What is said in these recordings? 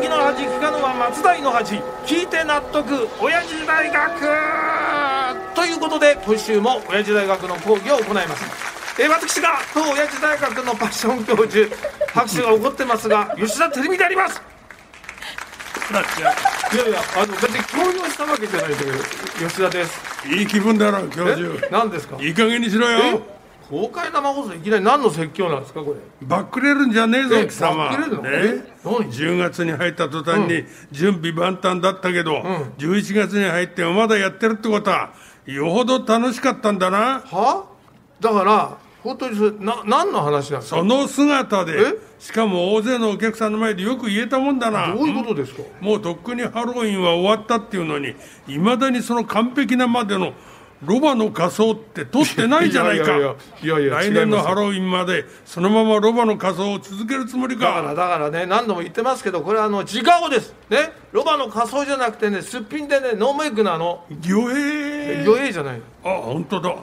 木の恥聞かぬは松代の恥聞いて納得親父大学ということで今週も親父大学の講義を行いますえー私が当親父大学のパッション教授拍手が起こってます が吉田照美でありますいやいや、あの、別に強要したわけじゃないですけど吉田ですいい気分だな、教授。何ですかいい加減にしろよ。公開生放送いきなり何の説教なんですかこれバックれるんじゃねえぞ、え貴様。バックれるのねえ何10月に入った途端に準備万端だったけど、11月に入ってもまだやってるってことは、よほど楽しかったんだな。はだから本当にそれな何の話なんですかその姿でえ、しかも大勢のお客さんの前でよく言えたもんだな。どういうことですかもうとっくにハロウィンは終わったっていうのにいまだにその完璧なまでのロバの仮装って取ってないじゃないかいやいやいやいや来年違いのますハロウィンまでそのままロバの仮装を続けるつもりだかからだからね何度も言ってますけどこれはあの時間をですねロバの仮装じゃなくてねすっぴんでねノーメイクなの魚影余裕じゃないいあ本当だ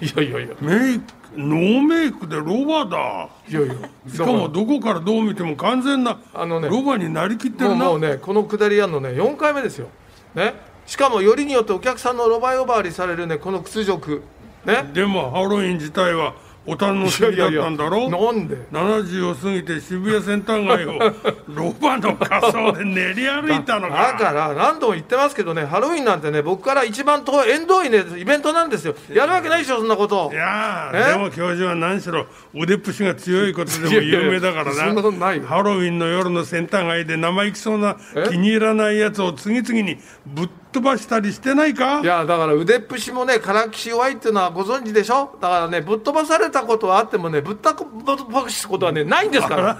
やいやいやメイクノーメイクでロバだいやいやしかもどこからどう見ても完全なあのねロバになりきってだからるなもうもうねこの下りやんのね4回目ですよねしかもよりによってお客さんのロバ呼ばわりされるねこの屈辱ねでもハロウィン自体はお楽しみだったんだろなんで70を過ぎて渋谷センター街を ロバの仮装で練り歩いたのだかから何度も言ってますけどねハロウィンなんてね僕から一番遠い縁遠いねイベントなんですよやるわけないでしょそんなこといやえーでも教授は何しろ腕っぷしが強いことでも有名だからいやいやそんなことないよなハロウィンの夜のセンター街で生意気そうなえ気に入らないやつを次々にぶっ飛ばしたりしてないかいやだから腕っぷしもねからきし弱いっていうのはご存知でしょだからねぶっ飛ばされたことはあってもねぶったくぶっ飛ばすことはねないんですから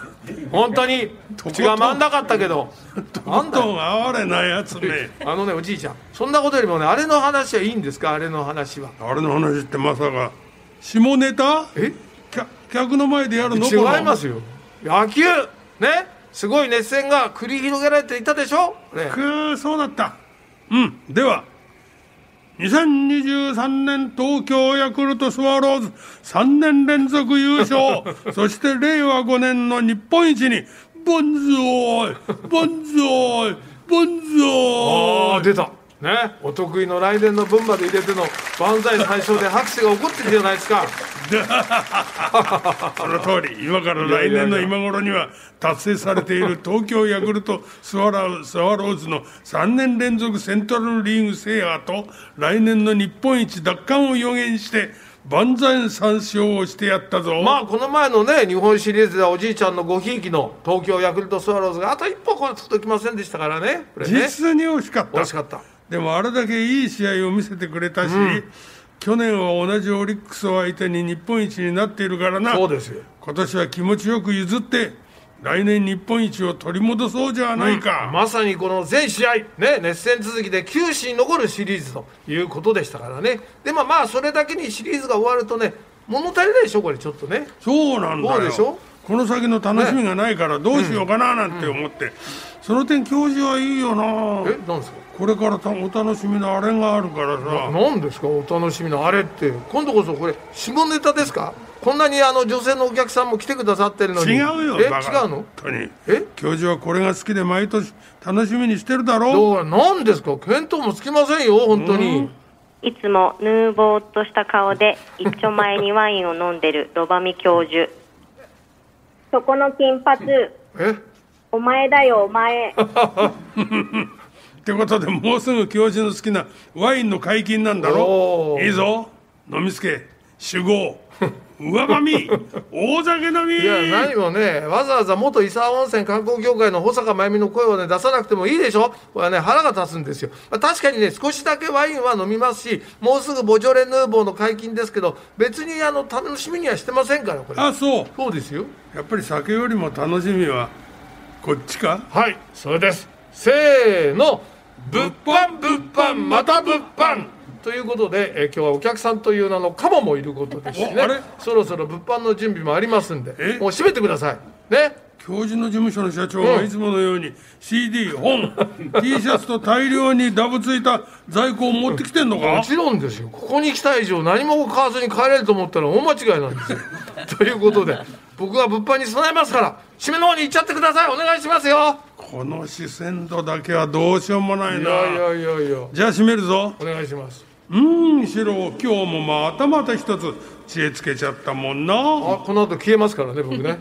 本当にことん血が回んなかったけどなんだどよん哀れなやつめあのねおじいちゃんそんなことよりもねあれの話はいいんですかあれの話はあれの話ってまさか下ネタえ客客の前でやるの違いますよ野球ねすごい熱戦が繰り広げられていたでしょ、ね、くーそうだったうんでは2023年東京ヤクルトスワローズ3年連続優 勝そして令和5年の日本一にボンズオーイボンズオーイボンズあオあーイ出たねお得意の来年の分まで入れての万歳最初で拍手が起こってるじゃないですかその通り今から来年の今頃には達成されている東京ヤクルトスワロスワローズの3年連続セントラルリーグ制覇と来年の日本一奪還を予言して万歳三勝をしてやったぞ、まあこの前のね日本シリーズではおじいちゃんのごひいきの東京ヤクルトスワローズがあと一歩これ届きませんでしたからねこれね実に惜しかった惜しかったでもあれだけいい試合を見せてくれたし、去年は同じオリックスを相手に日本一になっているからなそうですよ今年は気持ちよく譲って来年日本一を取り戻そうじゃないか、まさにこの全試合、ね、熱戦続きで球史に残るシリーズということでしたからねでまあまあそれだけにシリーズが終わるとね物足りないでしょこれちょっとねそうなんだそうよでしょこの先の楽しみがないからどうしようかななんて思って、その点教授はいいよえななんですかこれからたお楽しみのあれがあるからさ何ですかお楽しみのあれって今度こそこれ下ネタですかこんなにあの女性のお客さんも来てくださってるのに違うよえ違バカうの本当にえ教授はこれが好きで毎年楽しみにしてるだろうどうなんですか見当もつきませんよ本当に、いつもヌーボーっとした顔で一丁前にワインを飲んでるロバミ教授そこの金髪えお前だよお前ってことでもうすぐ教授の好きなワインの解禁なんだろおーいいぞ飲みつけ酒 豪上ばみ大酒飲みいや何もねわざわざ元伊沢温泉観光協会の保坂真由美の声をね出さなくてもいいでしょこれはね腹が立つんですよまあ確かにね少しだけワインは飲みますしもうすぐボジョレ・ヌーボーの解禁ですけど別にあの楽しみにはしてませんからこれあそうそうですよやっぱり酒よりも楽しみはこっちかはいそれですせーの物販物販また物販ということで、えー今日はお客さんという名のカモもいることですしねおあれそろそろ物販の準備もありますんでえもう閉めてくださいね教授の事務所の社長がいつものように CD 本 T シャツと大量にダブついた在庫を持ってきてんのもかちろんですよここに来た以上何も買わずに帰れると思ったら大間違いなんですよ ということで僕は物販に備えますから締めの方に行っちゃってくださいお願いしますよここの四川度だけはどうしようもないいなやいやいやいやじゃあ閉めるぞお願いしますうーんシロ今日もまたまた一つ知恵つけちゃったもんなあこの後消えますからね僕ね